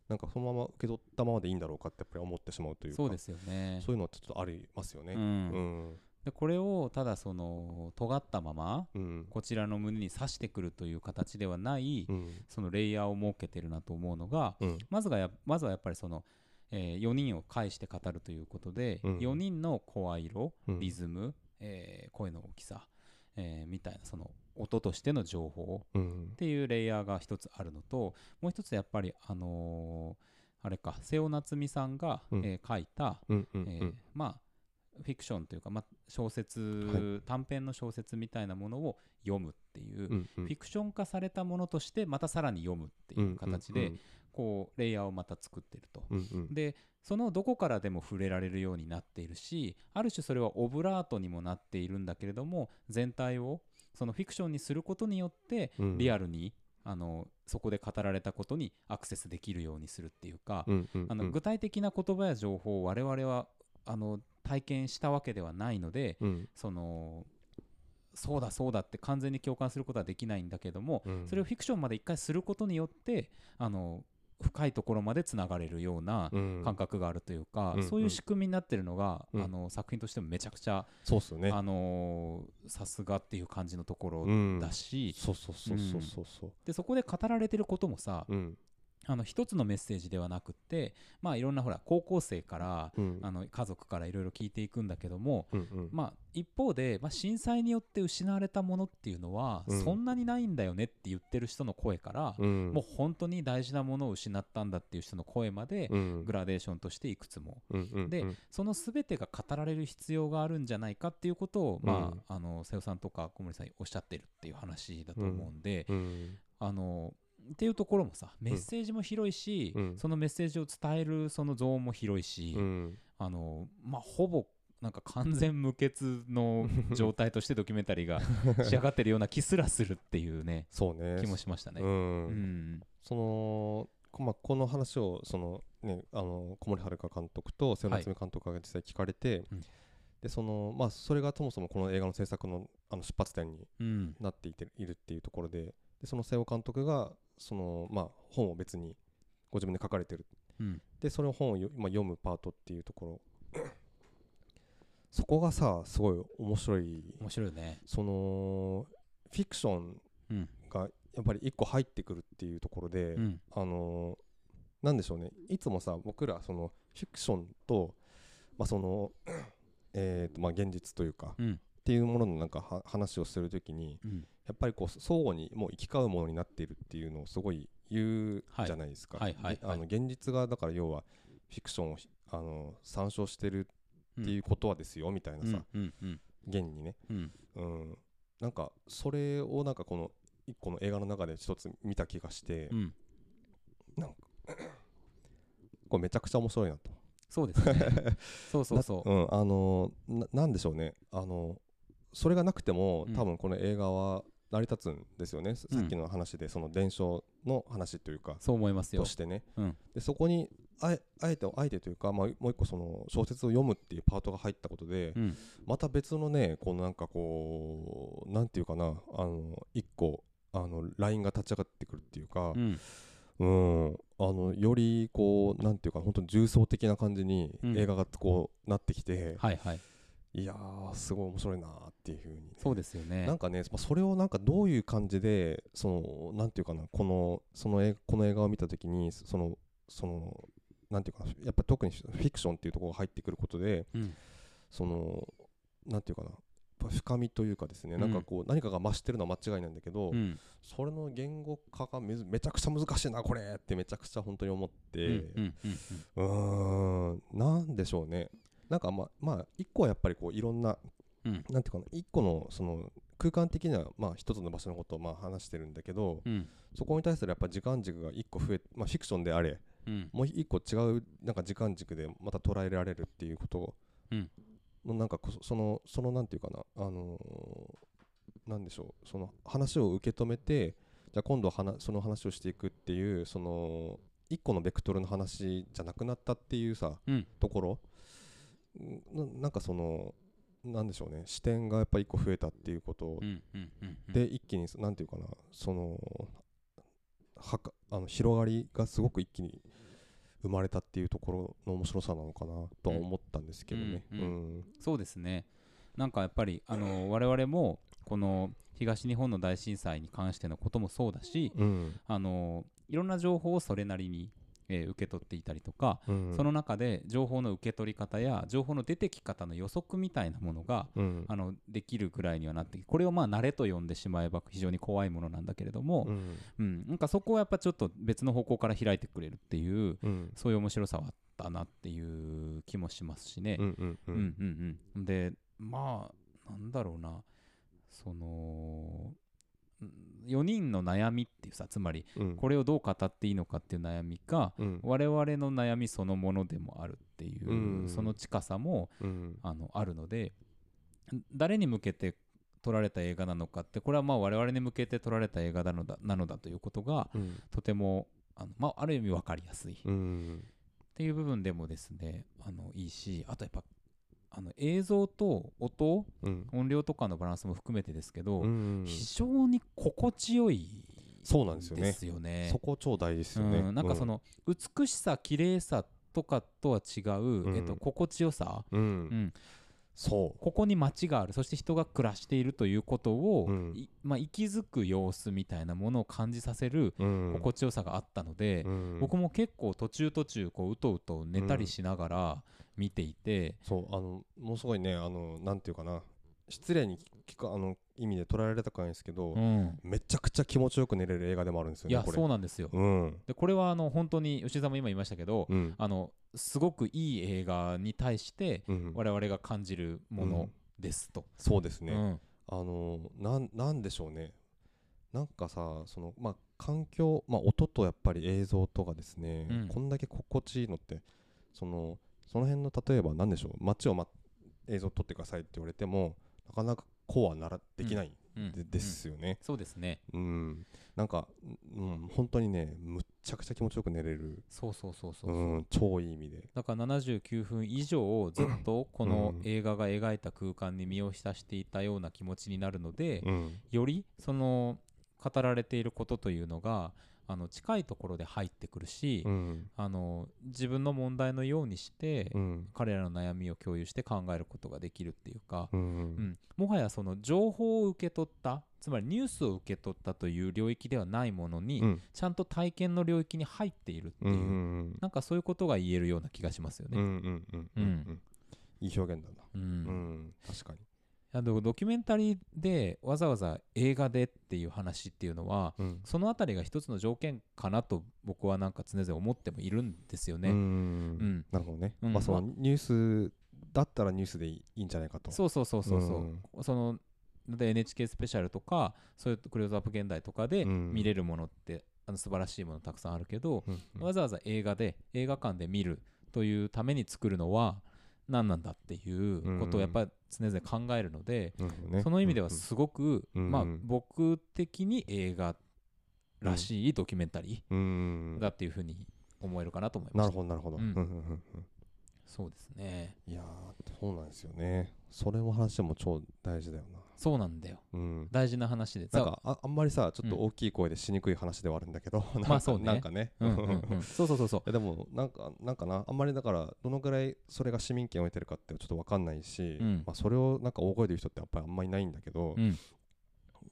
Speaker 2: なんかそのまま受け取ったままでいいんだろうかってやっぱり思ってしまうというか
Speaker 1: そうですよね
Speaker 2: そういうのはちょっとありますよ
Speaker 1: う
Speaker 2: ね。うんん
Speaker 1: でこれをただその尖ったまま
Speaker 2: うん
Speaker 1: こちらの胸に刺してくるという形ではない
Speaker 2: うん
Speaker 1: そのレイヤーを設けてるなと思うのが
Speaker 2: うん
Speaker 1: まずがやまずはやっぱりその、え4人を介して語るということで、
Speaker 2: うん
Speaker 1: 4人の声色
Speaker 2: うん
Speaker 1: リズム、えー声の大きさ、えーみたいなその音としての情報
Speaker 2: うん
Speaker 1: っていうレイヤーが一つあるのともう一つやっぱりあのーあれか瀬尾夏美さんが、
Speaker 2: うん
Speaker 1: えー書いた、
Speaker 2: うんう
Speaker 1: え
Speaker 2: ん
Speaker 1: ー
Speaker 2: うん
Speaker 1: まあフィクションというか、まあ、小説、
Speaker 2: は
Speaker 1: 短編の小説みたいなものを読むっていう、
Speaker 2: うんう
Speaker 1: フ
Speaker 2: ん
Speaker 1: ィクション化されたものとしてまたさらに読むっていう形で、こうレイヤーをまた作ってると。
Speaker 2: うんうんうん
Speaker 1: でそのどこからでも触れられるようになっているしある種それはオブラートにもなっているんだけれども全体をそのフィクションにすることによって
Speaker 2: うん
Speaker 1: リアルに、あのそこで語られたことにアクセスできるようにするっていうか、
Speaker 2: うんうんうん
Speaker 1: あの具体的な言葉や情報を我々はあの体験したわけではないので
Speaker 2: うん
Speaker 1: そのそうだそうだって完全に共感することはできないんだけども、
Speaker 2: うん
Speaker 1: それをフィクションまで一回することによってあの深いところまでつながれるような
Speaker 2: うん
Speaker 1: 感覚があるというか、
Speaker 2: うん
Speaker 1: そういう仕組みになってるのが、
Speaker 2: うん
Speaker 1: あの作品としてもめちゃくちゃ、
Speaker 2: そうっすよね。
Speaker 1: あのーさすがっていう感じのところ
Speaker 2: うん
Speaker 1: だし、
Speaker 2: そうそうそうそうそうそう。
Speaker 1: でそこで語られてることもさ、
Speaker 2: うん
Speaker 1: あの一つのメッセージではなくってまあいろんなほら高校生から、
Speaker 2: うん
Speaker 1: あの家族からいろいろ聞いていくんだけども、
Speaker 2: うんうん
Speaker 1: まあ、一方で、まあ、震災によって失われたものっていうのは、
Speaker 2: うん
Speaker 1: そんなにないんだよねって言ってる人の声から、
Speaker 2: うん
Speaker 1: もう本当に大事なものを失ったんだっていう人の声まで、
Speaker 2: うん
Speaker 1: グラデーションとしていくつも
Speaker 2: うんうん
Speaker 1: で
Speaker 2: うん
Speaker 1: その全てが語られる必要があるんじゃないかっていうことを、まあ、あの瀬尾さんとか小森さんおっしゃってるっていう話だと思うんで、
Speaker 2: うん
Speaker 1: あのっていうところもさメッセージも広いし、
Speaker 2: うん
Speaker 1: そのメッセージを伝えるそのゾーンも広いし、
Speaker 2: うん
Speaker 1: あのまあほぼなんか完全無欠の状態としてドキュメンタリー が仕上がってるような気すらするっていうね
Speaker 2: そうね
Speaker 1: 気もしましたね
Speaker 2: う。ん
Speaker 1: うん
Speaker 2: そのこまあ、この話をその、ね、あの小森遥監督と瀬尾
Speaker 1: はい
Speaker 2: 夏美監督が実際聞かれて、
Speaker 1: うん
Speaker 2: でそのまあ、それがそもそもこの映画の制作のあの出発点に
Speaker 1: うん
Speaker 2: なっていているっていうところででその瀬尾監督がその、まあ、本を別にご自分で書かれてる
Speaker 1: うん
Speaker 2: でその本をよ、まあ、読むパートっていうところそこがさすごい面白い
Speaker 1: 面白いよね。
Speaker 2: そのフィクション
Speaker 1: うん
Speaker 2: がやっぱり一個入ってくるっていうところで、
Speaker 1: うん
Speaker 2: あのーなんでしょうねいつもさ僕らそのフィクションと、まあ、その えーとまあ現実というかっ
Speaker 1: うん
Speaker 2: ていうもののなんかは話をするときに
Speaker 1: うん
Speaker 2: やっぱりこう相互にもう行き交うものになっているっていうのをすごい言う
Speaker 1: はい
Speaker 2: じゃないですか。
Speaker 1: はいはい
Speaker 2: で
Speaker 1: はい
Speaker 2: あの現実がだから要はフィクションをひあの参照してるっていうことはですよみたいな
Speaker 1: う
Speaker 2: さ、
Speaker 1: んうんうん
Speaker 2: 現にね
Speaker 1: うん
Speaker 2: うん、なんかそれをなんかこの一個の映画の中で一つ見た気がして、
Speaker 1: うん
Speaker 2: これめちゃくちゃ面白いなと
Speaker 1: そうです ね。そうそうそう
Speaker 2: な。んあのーななんでしょうねあのそれがなくても、
Speaker 1: うん
Speaker 2: 多分この映画は成り立つんですよねさ
Speaker 1: うん
Speaker 2: さっきの話でその伝承の話というか、
Speaker 1: そう思いますよ
Speaker 2: と。してね、
Speaker 1: うん
Speaker 2: でそこにあえあえてあえてというか、まあ、もう一個その小説を読むっていうパートが入ったことで、
Speaker 1: うん
Speaker 2: また別のねこうなんかこうなんていうかなあの一個あのラインが立ち上がってくるっていうか、
Speaker 1: うん
Speaker 2: うん、あのよりこうなんていうか本当に重層的な感じに
Speaker 1: うん
Speaker 2: 映画がこうなってきて、
Speaker 1: はいはい。
Speaker 2: いやーすごい面白いなーっていうふうにね、
Speaker 1: そうですよね
Speaker 2: なん。かね、まあ、それをなんかどういう感じでそのなんていうかなこのその映この映画を見た時にそのそのなんていうかなやっぱ特にフィクションっていうところが入ってくることで
Speaker 1: うん
Speaker 2: そのなんていうかなぱ深みというかですね、
Speaker 1: うん
Speaker 2: なんかこう何かが増してるのは間違いないんだけど、
Speaker 1: うん
Speaker 2: それの言語化がめずめちゃくちゃ難しいなこれってめちゃくちゃ本当に思って、
Speaker 1: うんうんうん
Speaker 2: うーん、なんでしょうね。なんかまあ、まあ、一個はやっぱりこういろんな、
Speaker 1: うん
Speaker 2: なんていうかな、一個のその空間的にはまあ一つの場所のことをまあ話してるんだけど、
Speaker 1: うん
Speaker 2: そこに対するやっぱ時間軸が一個増え、まあフィクションであれ、
Speaker 1: うん
Speaker 2: もう一個違うなんか時間軸でまた捉えられるっていうこと
Speaker 1: うん
Speaker 2: のなんかこそその、そのなんていうかな、あのーなんでしょう、その話を受け止めて、じゃあ今度は話その話をしていくっていう、その一個のベクトルの話じゃなくなったっていうさ、
Speaker 1: うん
Speaker 2: ところんななんかそのなんでしょうね視点がやっぱ一個増えたっていうこと
Speaker 1: うんうんうんうん
Speaker 2: で一気になんていうかなそのはかあの広がりがすごく一気に生まれたっていうところの面白さなのかなとは思ったんですけどね。
Speaker 1: う
Speaker 2: うんん
Speaker 1: うそうですねなんかやっぱりあの我々もこの東日本の大震災に関してのこともそうだし
Speaker 2: うん
Speaker 1: あのいろんな情報をそれなりに、えー受け取っていたりとか、
Speaker 2: うん
Speaker 1: その中で情報の受け取り方や情報の出てき方の予測みたいなものが
Speaker 2: うん
Speaker 1: あのできるぐらいにはなってきこれをまあ慣れと呼んでしまえば非常に怖いものなんだけれども、
Speaker 2: うん
Speaker 1: うん、なんかそこをやっぱちょっと別の方向から開いてくれるっていう
Speaker 2: うん
Speaker 1: そういう面白さはあったなっていう気もしますしね。
Speaker 2: うんうんう
Speaker 1: うんんうんうん、でまあなんだろうなその4人の悩みっていうさつまり
Speaker 2: うん
Speaker 1: これをどう語っていいのかっていう悩みか
Speaker 2: うん
Speaker 1: 我々の悩みそのものでもあるっていううんその近さも
Speaker 2: うん
Speaker 1: あのあるので誰に向けて撮られた映画なのかってこれはまあ我々に向けて撮られた映画なのだなのだということが
Speaker 2: うん
Speaker 1: とてもあの、まあ、ある意味分かりやすいっ
Speaker 2: うん
Speaker 1: ていう部分でもですねあのいいしあとやっぱあの映像と音
Speaker 2: うん
Speaker 1: 音量とかのバランスも含めてですけど、
Speaker 2: うん
Speaker 1: 非常に心地よい
Speaker 2: そうなんですよね
Speaker 1: ですよね
Speaker 2: そこ超大事ですよね。
Speaker 1: うん、なんかその美しさ綺麗さとかとは違う、
Speaker 2: ん
Speaker 1: えっと、心地よさ、
Speaker 2: うん、
Speaker 1: う
Speaker 2: うん
Speaker 1: ん、
Speaker 2: そう
Speaker 1: ここに街があるそして人が暮らしているということを、
Speaker 2: うん
Speaker 1: いまあ、息づく様子みたいなものを感じさせる心
Speaker 2: 心
Speaker 1: 地よさがあったので、僕
Speaker 2: も
Speaker 1: も結構途中途中こううとうと寝たりしながら見ていて、
Speaker 2: そうあのもうすごいねあのなんていうかな失礼に聞くあの意味で捉えられたかんですけど、
Speaker 1: うん
Speaker 2: めちゃくちゃ気持ちよく寝れる映画でもあるんですよ
Speaker 1: い
Speaker 2: ね
Speaker 1: や
Speaker 2: これ
Speaker 1: そうなんですよ、
Speaker 2: うん
Speaker 1: でこれはあの本当に吉井さんも今言いましたけど、
Speaker 2: うん
Speaker 1: あのすごくいい映画に対して
Speaker 2: うん
Speaker 1: 我々が感じるも
Speaker 2: う
Speaker 1: の
Speaker 2: ん
Speaker 1: ですと、
Speaker 2: そうです
Speaker 1: うん
Speaker 2: ね、あのなんなんでしょうねなんかさそのまあ環境まあ音とやっぱり映像とかですね、
Speaker 1: うん
Speaker 2: こんだけ心地いいのってそのその辺の例えばなんでしょう街を、ま、映像撮ってくださいって言われてもなかなかこうはならできないん
Speaker 1: うん
Speaker 2: で,、ですよね、
Speaker 1: うんそうですね
Speaker 2: うん、なんか、うん、本当にね、むっちゃくちゃ気持ちよく寝れる、
Speaker 1: そうそうそうそうう、
Speaker 2: ん、超いい意味で。
Speaker 1: だから79分以上ずっとこの
Speaker 2: うん
Speaker 1: 映画が描いた空間に身を浸していたような気持ちになるので、
Speaker 2: うん、
Speaker 1: よりその語られていることというのがあの近いところで入ってくるし、
Speaker 2: うん、
Speaker 1: あの自分の問題のようにして、
Speaker 2: うん、
Speaker 1: 彼らの悩みを共有して考えることができるっていうか、
Speaker 2: う、
Speaker 1: うんんもはやその情報を受け取ったつまりニュースを受け取ったという領域ではないものに、
Speaker 2: うん、
Speaker 1: ちゃんと体験の領域に入っているって
Speaker 2: う
Speaker 1: い
Speaker 2: ん、う
Speaker 1: う、
Speaker 2: ん、
Speaker 1: なんかそういうことが言えるような気がしますよ
Speaker 2: うん、う
Speaker 1: ね。
Speaker 2: ん、うん、いい表現だな。
Speaker 1: うん
Speaker 2: うん、確かに。
Speaker 1: あのドキュメンタリーでわざわざ映画でっていう話っていうのは
Speaker 2: うん、
Speaker 1: そのあたりが一つの条件かなと僕はなんか常々思ってもいるんですよね。
Speaker 2: うん、なるほどね。まあ、そのニュースだったらニュースでいいんじゃないかと。
Speaker 1: そうそうそうそうそうう。そので NHK スペシャルとかそういうクローズアップ現代とかで
Speaker 2: うん
Speaker 1: 見れるものってあの素晴らしいものたくさんあるけど、
Speaker 2: うん、
Speaker 1: わざわざ映画で映画館で見るというために作るのは何なんだっていうことをやっぱり常々考えるので、その意味ではすごく、
Speaker 2: うん
Speaker 1: まあ
Speaker 2: うん
Speaker 1: 僕的に映画らしいドキュメンタリ
Speaker 2: うん
Speaker 1: ー、だっていうふうに思えるかなと思います、
Speaker 2: なるほど、なるほど。
Speaker 1: そうですね
Speaker 2: いやそうなんですよね。それも話も超大事だよな。
Speaker 1: そうなんだよ
Speaker 2: うん。
Speaker 1: 大事な話で
Speaker 2: なん
Speaker 1: ざ
Speaker 2: かああんまりさちょっと
Speaker 1: うん
Speaker 2: 大きい声でしにくい話ではあるんだけど、なんか
Speaker 1: まあそうね
Speaker 2: なんかね、
Speaker 1: うんうんうん そうそうそうそう
Speaker 2: いやでもなんかなんかなあんまりだからどのぐらいそれが市民権を得てるかってちょっと分かんないし、
Speaker 1: うん
Speaker 2: まあ、それをなんか大声で言う人ってやっぱりあんまりいないんだけど、
Speaker 1: うん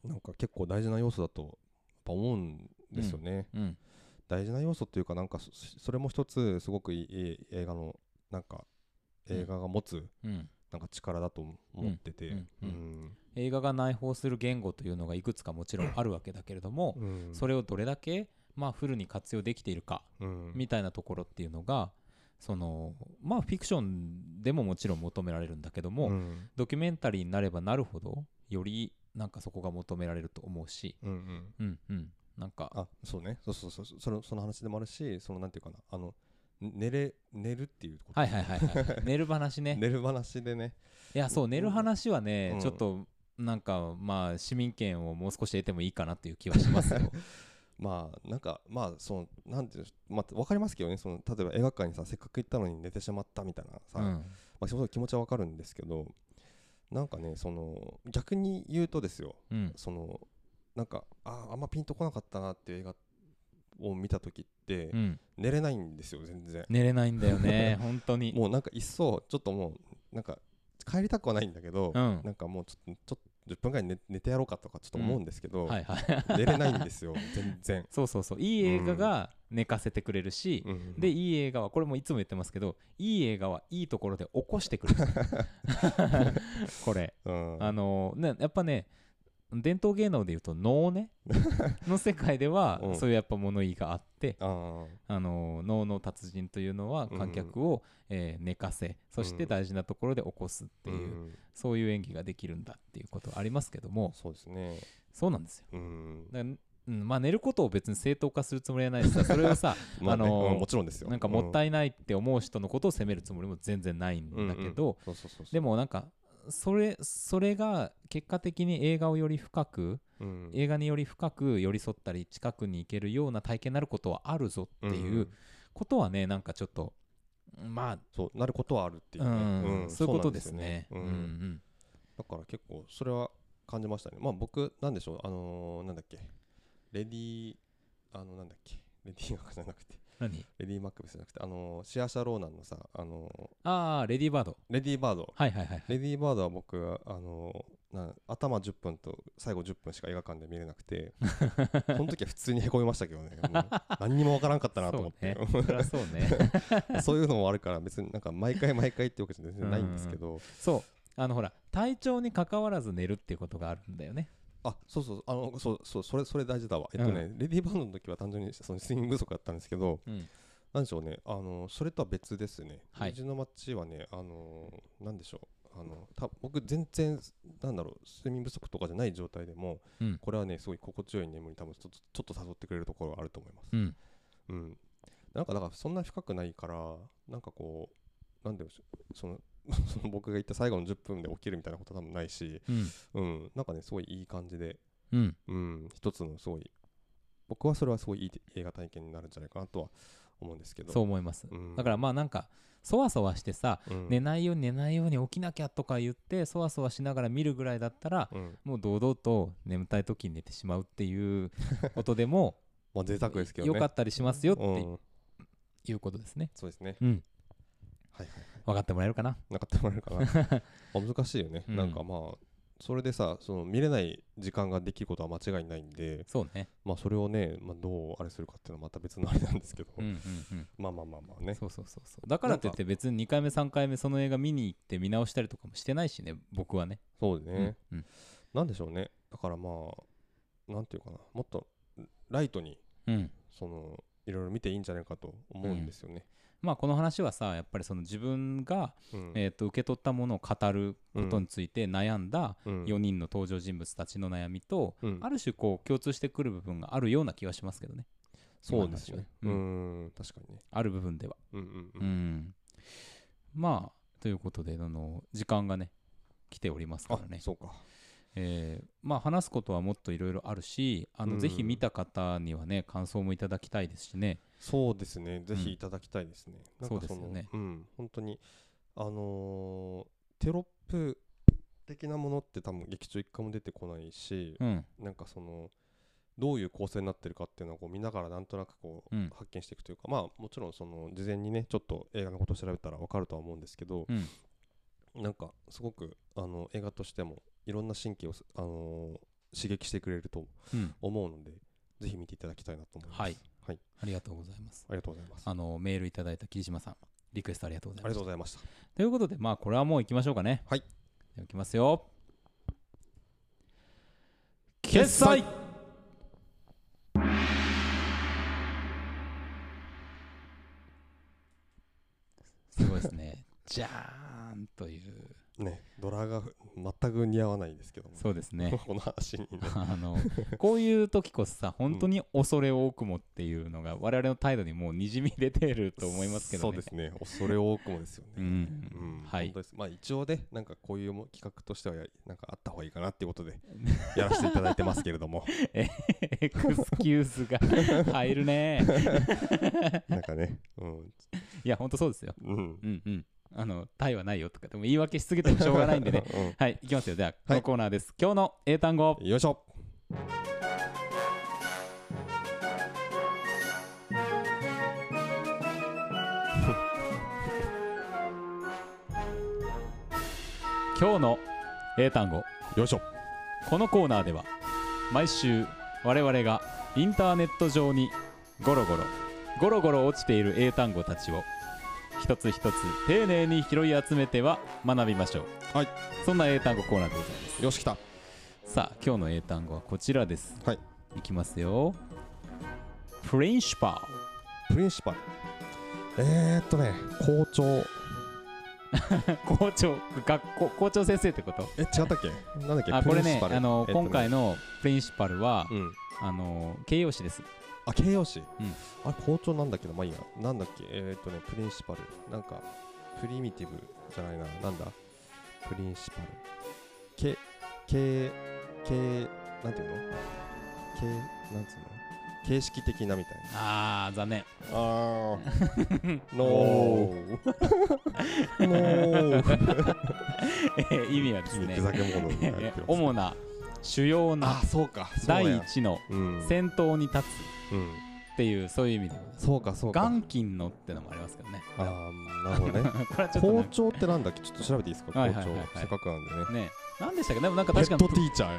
Speaker 2: なんか結構大事な要素だとやっぱ思うんですよね、
Speaker 1: うん
Speaker 2: 大事な要素っていうかなんかそそれも一つすごくいいいい映画のなんか映画が持つ
Speaker 1: うん
Speaker 2: なんか力だと思思ってて、
Speaker 1: うんう
Speaker 2: うんん
Speaker 1: 映画が内包する言語というのがいくつかもちろんあるわけだけれども、
Speaker 2: うん
Speaker 1: それをどれだけ、まあ、フルに活用できているか
Speaker 2: うん
Speaker 1: みたいなところっていうのがそのまあフィクションでももちろん求められるんだけども、
Speaker 2: うん
Speaker 1: ドキュメンタリーになればなるほどよりなんかそこが求められると思うし
Speaker 2: うんうん
Speaker 1: うんうんなんか
Speaker 2: あそうねそうそうそうそうそのその話でもあるしそのなんていうかなあの寝れ寝るっていうこと、
Speaker 1: はいはいはい、 はい、寝る話ね
Speaker 2: 寝る話でね
Speaker 1: いやそう寝る話はね、
Speaker 2: うん
Speaker 1: ちょっとなんかまあ市民権をもう少し得てもいいかなっていう気はし ますよ
Speaker 2: まあなんかまあそのなんていうまあわかりますけどねその例えば映画館にさせっかく行ったのに寝てしまったみたいなさ、
Speaker 1: う
Speaker 2: ま
Speaker 1: ん
Speaker 2: あそういう気持ちはわかるんですけどなんかねその逆に言うとですよ
Speaker 1: うん
Speaker 2: そのなんかあーあんまピンとこなかったなっていう映画を見た時って、
Speaker 1: うん
Speaker 2: 寝れないんですよ全然
Speaker 1: 寝れないんだよ ね本当に
Speaker 2: もうなんかいっそちょっともうなんか帰りたくはないんだけ
Speaker 1: う
Speaker 2: ど、
Speaker 1: ん
Speaker 2: なんかもうちょっとちょっと10分ぐらい寝寝てやろうかとかちょっと思うんです けど、
Speaker 1: はいはい
Speaker 2: 寝れないんですよ全然、
Speaker 1: そうそうそういい映画が寝かせてくれるし、
Speaker 2: うん
Speaker 1: でいい映画はこれもいつも言ってますけどいい映画はいいところで起こしてく る これ
Speaker 2: うん
Speaker 1: あのねやっぱね伝統芸能でいうと能 ねの世界では
Speaker 2: うん
Speaker 1: そういうやっぱ物言いがあって
Speaker 2: あー
Speaker 1: あの能の達人というのは観客を、えー寝かせそして大事なところで起こすっていう、
Speaker 2: うん
Speaker 1: そういう演技ができるんだっていうことはありますけども
Speaker 2: そうですね
Speaker 1: そうなんですよ
Speaker 2: うん
Speaker 1: だからうんまあ、寝ることを別に正当化するつもりはない しさそれをさ
Speaker 2: まあね
Speaker 1: あのー
Speaker 2: うんもちろんですよ
Speaker 1: なんかもった
Speaker 2: い
Speaker 1: いないって思う人のことを責めるつもりも全然ないんだけど、
Speaker 2: そうそうそうそう
Speaker 1: で、もなんかそれそれが結果的に映画をより深く
Speaker 2: うん
Speaker 1: 映画により深く寄り添ったり近くに行けるような体験になることはあるぞっていうんことはねなんかちょっとまあ
Speaker 2: そうなることはあるっていうね、
Speaker 1: うん
Speaker 2: ん
Speaker 1: そういうこ
Speaker 2: な
Speaker 1: と
Speaker 2: ん
Speaker 1: です
Speaker 2: よ
Speaker 1: ね。
Speaker 2: うん
Speaker 1: うん
Speaker 2: だから結構それは感じましたねまあ僕なんでしょうあのーなんだっけレディーあのなんだっけレディーマックじゃなくて
Speaker 1: 何
Speaker 2: レディーマックベスじゃなくてあのーシアシャローナンのさあのー
Speaker 1: ああレディーバード
Speaker 2: レディーバード
Speaker 1: はいはいはい
Speaker 2: レディーバードは僕あのーな頭10分と最後10分しか映画館で見れなく てその時は普通にへこみましたけどねもう何にもわからんかったなと思って
Speaker 1: そうねそりゃそうね
Speaker 2: そういうのもあるから別になんか毎回毎回ってわけじゃ全然ないんですけど、
Speaker 1: そうあのほら体調に関わらず寝るっていうことがあるんだよね
Speaker 2: あそうそうあのそうそうそれそれ大事だわえっとね、レディーバードの時は単純にその睡眠不足だったんですけど
Speaker 1: うん
Speaker 2: なんでしょうねあのそれとは別ですね、
Speaker 1: はいう
Speaker 2: ちの町はねあのなんでしょうあのた僕全然なんだろう睡眠不足とかじゃない状態でも
Speaker 1: うん
Speaker 2: これはねすごい心地よい眠り多分ちょっとちょっと誘ってくれるところがあると思います
Speaker 1: うん
Speaker 2: うん、なんかだからそんな深くないからなんかこうなんでしょうその その僕が言った最後の10分で起きるみたいなことは多分ないし、
Speaker 1: うん
Speaker 2: うん、なんかねすごいいい感じで
Speaker 1: うん
Speaker 2: うん、一つのすごい僕はそれはすごいいい映画体験になるんじゃないかなとは思うんですけど
Speaker 1: そう思います
Speaker 2: うん
Speaker 1: だからまあなんかそわそわしてさ
Speaker 2: うん
Speaker 1: 寝ないように寝ないように起きなきゃとか言ってそわそわしながら見るぐらいだったら
Speaker 2: うん
Speaker 1: もう堂々と眠たい時に寝てしまうっていうことで も
Speaker 2: まあ贅沢ですけどね
Speaker 1: 良かったりしますよっ
Speaker 2: うん
Speaker 1: て、いうことですね。
Speaker 2: そうですね
Speaker 1: うん、
Speaker 2: はいはい
Speaker 1: 分かってもらえるかな。
Speaker 2: なんかってもらえるかな あ難しいよね、
Speaker 1: うん
Speaker 2: なんかまあそれでさその見れない時間ができることは間違いないんで
Speaker 1: そうね。
Speaker 2: まあそれをね、まあ、どうあれするかっていうのはまた別のあれなんですけど、
Speaker 1: うんうん
Speaker 2: まあまあまあまあ
Speaker 1: うん。
Speaker 2: ね
Speaker 1: そうそうそうそう。だからといって別に2回目3回目その映画見に行って見直したりとかもしてないしね僕はね。
Speaker 2: そうでね、
Speaker 1: うん
Speaker 2: なんでしょうねだからまあなんていうかなもっとライトに
Speaker 1: うん。うん
Speaker 2: そのいろいろ見ていいんじゃないかと思うんですよね。
Speaker 1: まあこの話はさやっぱりその自分が、
Speaker 2: うん
Speaker 1: えー、と受け取ったものを語ることについて悩んだ
Speaker 2: うん
Speaker 1: 4人の登場人物たちの悩みと、
Speaker 2: うん
Speaker 1: ある種こう共通してくる部分があるような気はしますけどね
Speaker 2: そうですね。う
Speaker 1: 今の話はね
Speaker 2: ん、ん、確かにね。
Speaker 1: ある部分では
Speaker 2: うんうん
Speaker 1: う、
Speaker 2: うんん。
Speaker 1: まあということであの時間がね来ておりますか
Speaker 2: あ
Speaker 1: ら、ね、
Speaker 2: そうか。
Speaker 1: えーまあ話すことはもっといろいろあるしあの、
Speaker 2: うん
Speaker 1: ぜひ見た方にはね感想もいただきたいですしね
Speaker 2: そうですね。ぜひいただきたいですね。なんか
Speaker 1: そうです
Speaker 2: の
Speaker 1: よね
Speaker 2: うん、本当にあのーテロップ的なものって多分劇中一回も出てこないし、
Speaker 1: うん
Speaker 2: なんかそのどういう構成になってるかっていうのをこう見ながらなんとなくこう
Speaker 1: うん
Speaker 2: 発見していくというか、まあもちろんその事前にねちょっと映画のことを調べたらわかるとは思うんですけど、
Speaker 1: うん
Speaker 2: なんかすごくあの映画としてもいろんな神経をす、あのー刺激してくれると
Speaker 1: うん
Speaker 2: 思うのでぜひ見ていただきたいなと思います。
Speaker 1: はい、
Speaker 2: はい、
Speaker 1: ありがとうございます
Speaker 2: ありがとうございます。
Speaker 1: あのメールいただいた桐島さんリクエストありがとうござい
Speaker 2: あ
Speaker 1: ま
Speaker 2: り
Speaker 1: す
Speaker 2: がとうございました
Speaker 1: ということでまあこれはもう行きましょうかね
Speaker 2: はい
Speaker 1: じゃあ行きますよ決 済すごいですねじゃーんという
Speaker 2: ねドラが全く似合わないですけども、
Speaker 1: そうですね
Speaker 2: この話にね
Speaker 1: あのこういう時こそさ本当に恐れ多くもっていうのが我々の態度にもうにじみ出てると思いますけどね
Speaker 2: そうですね恐れ多くもですよね、
Speaker 1: うん
Speaker 2: うん
Speaker 1: はい
Speaker 2: 本当ですまあ一応ねなんかこういうも企画としてはやなんかあった方がいいかなっていうことでやらせていただいてますけれ ども
Speaker 1: エクスキューズが入るね。
Speaker 2: なんかねうん、
Speaker 1: いや、ほんとそうですよ。
Speaker 2: うん、。
Speaker 1: うんうん。あの、タイはないよとか、でも言い訳しすぎてもしょうがないんでねはい、いきますよ。じゃあ、こ
Speaker 2: は
Speaker 1: の
Speaker 2: い
Speaker 1: コーナーです。今日の英単語
Speaker 2: う。んよいしょ
Speaker 1: 今日の英単語。
Speaker 2: よいしょ
Speaker 1: このコーナーでは、毎週、我々がインターネット上にゴロゴロ、ゴロゴロ落ちている英単語たちを、一つ一つ丁寧に拾い集めては学びましょう。
Speaker 2: はい。
Speaker 1: そんな英単語コーナーでございます。
Speaker 2: よし来た
Speaker 1: さあ今日の英単語はこちらです
Speaker 2: はい
Speaker 1: いきますよプリンシパ
Speaker 2: プリンシパルえー、っとね校長
Speaker 1: ル 校長学校校長先生ってこと
Speaker 2: え違ったっけなんだっけ
Speaker 1: あ
Speaker 2: プ
Speaker 1: これ
Speaker 2: リンシ
Speaker 1: ね
Speaker 2: パル
Speaker 1: あの、
Speaker 2: えっとね
Speaker 1: 今回のプリンシパルは、
Speaker 2: うん
Speaker 1: あの形容詞です
Speaker 2: あ形容詞、
Speaker 1: うん
Speaker 2: あれ校長なんだけどまあいいやなんだっけえー、っとねプリンシパルなんかプリミティブじゃないななんだプリンシパルけけけなんていうのけなんつうの形式的なみたい
Speaker 1: あー残 念
Speaker 2: なあ ー
Speaker 1: お
Speaker 2: ノーノー
Speaker 1: えー意味は ですね
Speaker 2: ふざけ者になってま
Speaker 1: え
Speaker 2: す
Speaker 1: ー主な主要な
Speaker 2: あそうかそう
Speaker 1: 第
Speaker 2: や
Speaker 1: 一の
Speaker 2: うん
Speaker 1: 先頭に立つっ
Speaker 2: うん
Speaker 1: ていうそういう意味でございます
Speaker 2: そうかそうか
Speaker 1: 元金のってのもありますけど ね
Speaker 2: あーなるほどね
Speaker 1: これ はちょっと
Speaker 2: 校
Speaker 1: ね
Speaker 2: 長ってなんだっけちょっと調べていいですか校
Speaker 1: はい
Speaker 2: 長
Speaker 1: はいはいはい
Speaker 2: せっかくなんでね
Speaker 1: ね何でしたっけでもなんか
Speaker 2: ヘ
Speaker 1: 確か
Speaker 2: ッド
Speaker 1: に
Speaker 2: ティーチャ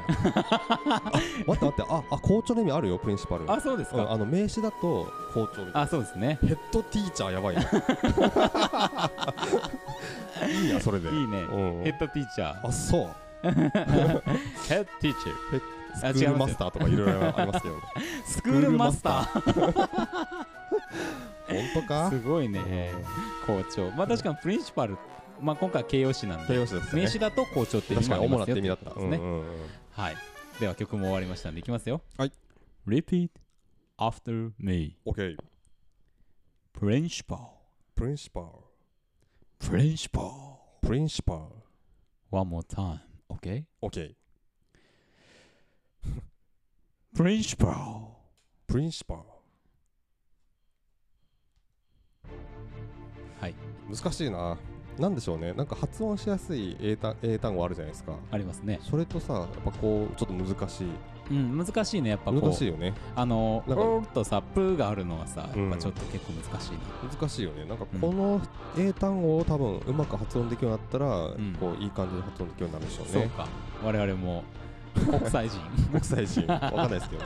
Speaker 2: ーやあ待って待ってああ校長の意味あるよプリンシパル
Speaker 1: あそうです
Speaker 2: うん
Speaker 1: か
Speaker 2: あの名詞だと校長みたい
Speaker 1: あそうですね
Speaker 2: なヘッドティーチャーや ばいねいいやそれで
Speaker 1: いいね
Speaker 2: うん
Speaker 1: ヘッドティーチャー
Speaker 2: あそう
Speaker 1: ヘッドティーチャー
Speaker 2: スク
Speaker 1: あ
Speaker 2: ー
Speaker 1: 違い
Speaker 2: ル
Speaker 1: ま
Speaker 2: マ
Speaker 1: すよ
Speaker 2: スターとかいろいろありますけど本
Speaker 1: スクールマスタ
Speaker 2: 当
Speaker 1: ー
Speaker 2: か
Speaker 1: すごいね校長まあ確かにプリンシパルまあ今回は形容詞なん
Speaker 2: 形
Speaker 1: で
Speaker 2: 容詞ですね
Speaker 1: 名詞だと校長っていう意味
Speaker 2: 確か
Speaker 1: があ
Speaker 2: に
Speaker 1: り
Speaker 2: 主
Speaker 1: ま
Speaker 2: な
Speaker 1: す
Speaker 2: って
Speaker 1: よ
Speaker 2: 意味だっ
Speaker 1: とい
Speaker 2: た
Speaker 1: う
Speaker 2: う
Speaker 1: こと
Speaker 2: んう
Speaker 1: で
Speaker 2: ん
Speaker 1: すね
Speaker 2: うん
Speaker 1: はいでは曲も終わりましたんでいきますよ
Speaker 2: はい
Speaker 1: Repeat after me
Speaker 2: オッケー
Speaker 1: Principal
Speaker 2: プリンシパル
Speaker 1: Principal
Speaker 2: プリンシパル
Speaker 1: One more time OK
Speaker 2: オッケー
Speaker 1: Principal
Speaker 2: プリンシパル
Speaker 1: はい
Speaker 2: 難しいななんでしょうねなんか発音しやすい英単英単語あるじゃないですか
Speaker 1: ありますね
Speaker 2: それとさやっぱこうちょっと難しい
Speaker 1: うん難しいねやっぱこ
Speaker 2: 難しいうよね
Speaker 1: あの
Speaker 2: なんか
Speaker 1: おーっとさプーがあるのはさやっぱちょっと結構難しいな
Speaker 2: 難しいよねなんか
Speaker 1: うん
Speaker 2: この英単語を多分うまく発音できるようになったら、
Speaker 1: ん
Speaker 2: こういい感じで発音できるようになるんでしょう
Speaker 1: そう
Speaker 2: ね
Speaker 1: か我々も国 際人
Speaker 2: 国際人わかんないですけど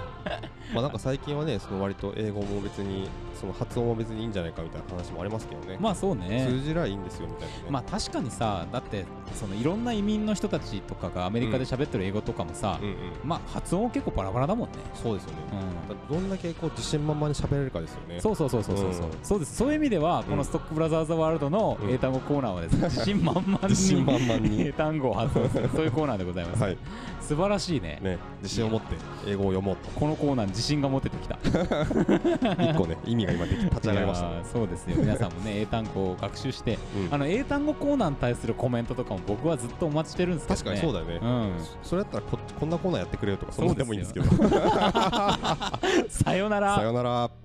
Speaker 2: まあなんか最近はねその割と英語も別にその発音も別にいいんじゃないかみたいな話もありますけどね、
Speaker 1: まあそうね
Speaker 2: 通じりゃいいんですよみたいなね、
Speaker 1: まあ確かにさだってそのいろんな移民の人たちとかがアメリカで喋ってる英語とかもさ
Speaker 2: う、んうん
Speaker 1: まあ発音結構バラバラだもんね、
Speaker 2: そうですよね、
Speaker 1: う
Speaker 2: だからどんだけこう自信満々に喋れるかですよね
Speaker 1: ん、そうそうそうそうそうそう、
Speaker 2: うん
Speaker 1: そうですそういう意味ではこの「ストックブラザーズ・ワールド」の
Speaker 2: うん
Speaker 1: 英単語コーナーはですね、 自信満々
Speaker 2: 自信
Speaker 1: に
Speaker 2: 満々に
Speaker 1: 英単語を発音するそういうコーナーでございます、
Speaker 2: はい
Speaker 1: 素晴らしいね
Speaker 2: ね自信を持って英語を読もうと
Speaker 1: このコーナーに自信が持ててきた
Speaker 2: 一個ね意味が今でき立ち上がりました
Speaker 1: いやーそうですよ皆さんも ね英単語を学習して
Speaker 2: うん
Speaker 1: あの英単語コーナーに対するコメントとかも僕はずっとお待ちしてるんですけ
Speaker 2: 確
Speaker 1: ど、
Speaker 2: かに
Speaker 1: ね、
Speaker 2: そうだよね、
Speaker 1: うん
Speaker 2: そそれだったらここんなコーナーやってくれよとかそんなんでもいいんですけど
Speaker 1: さよなら
Speaker 2: さよなら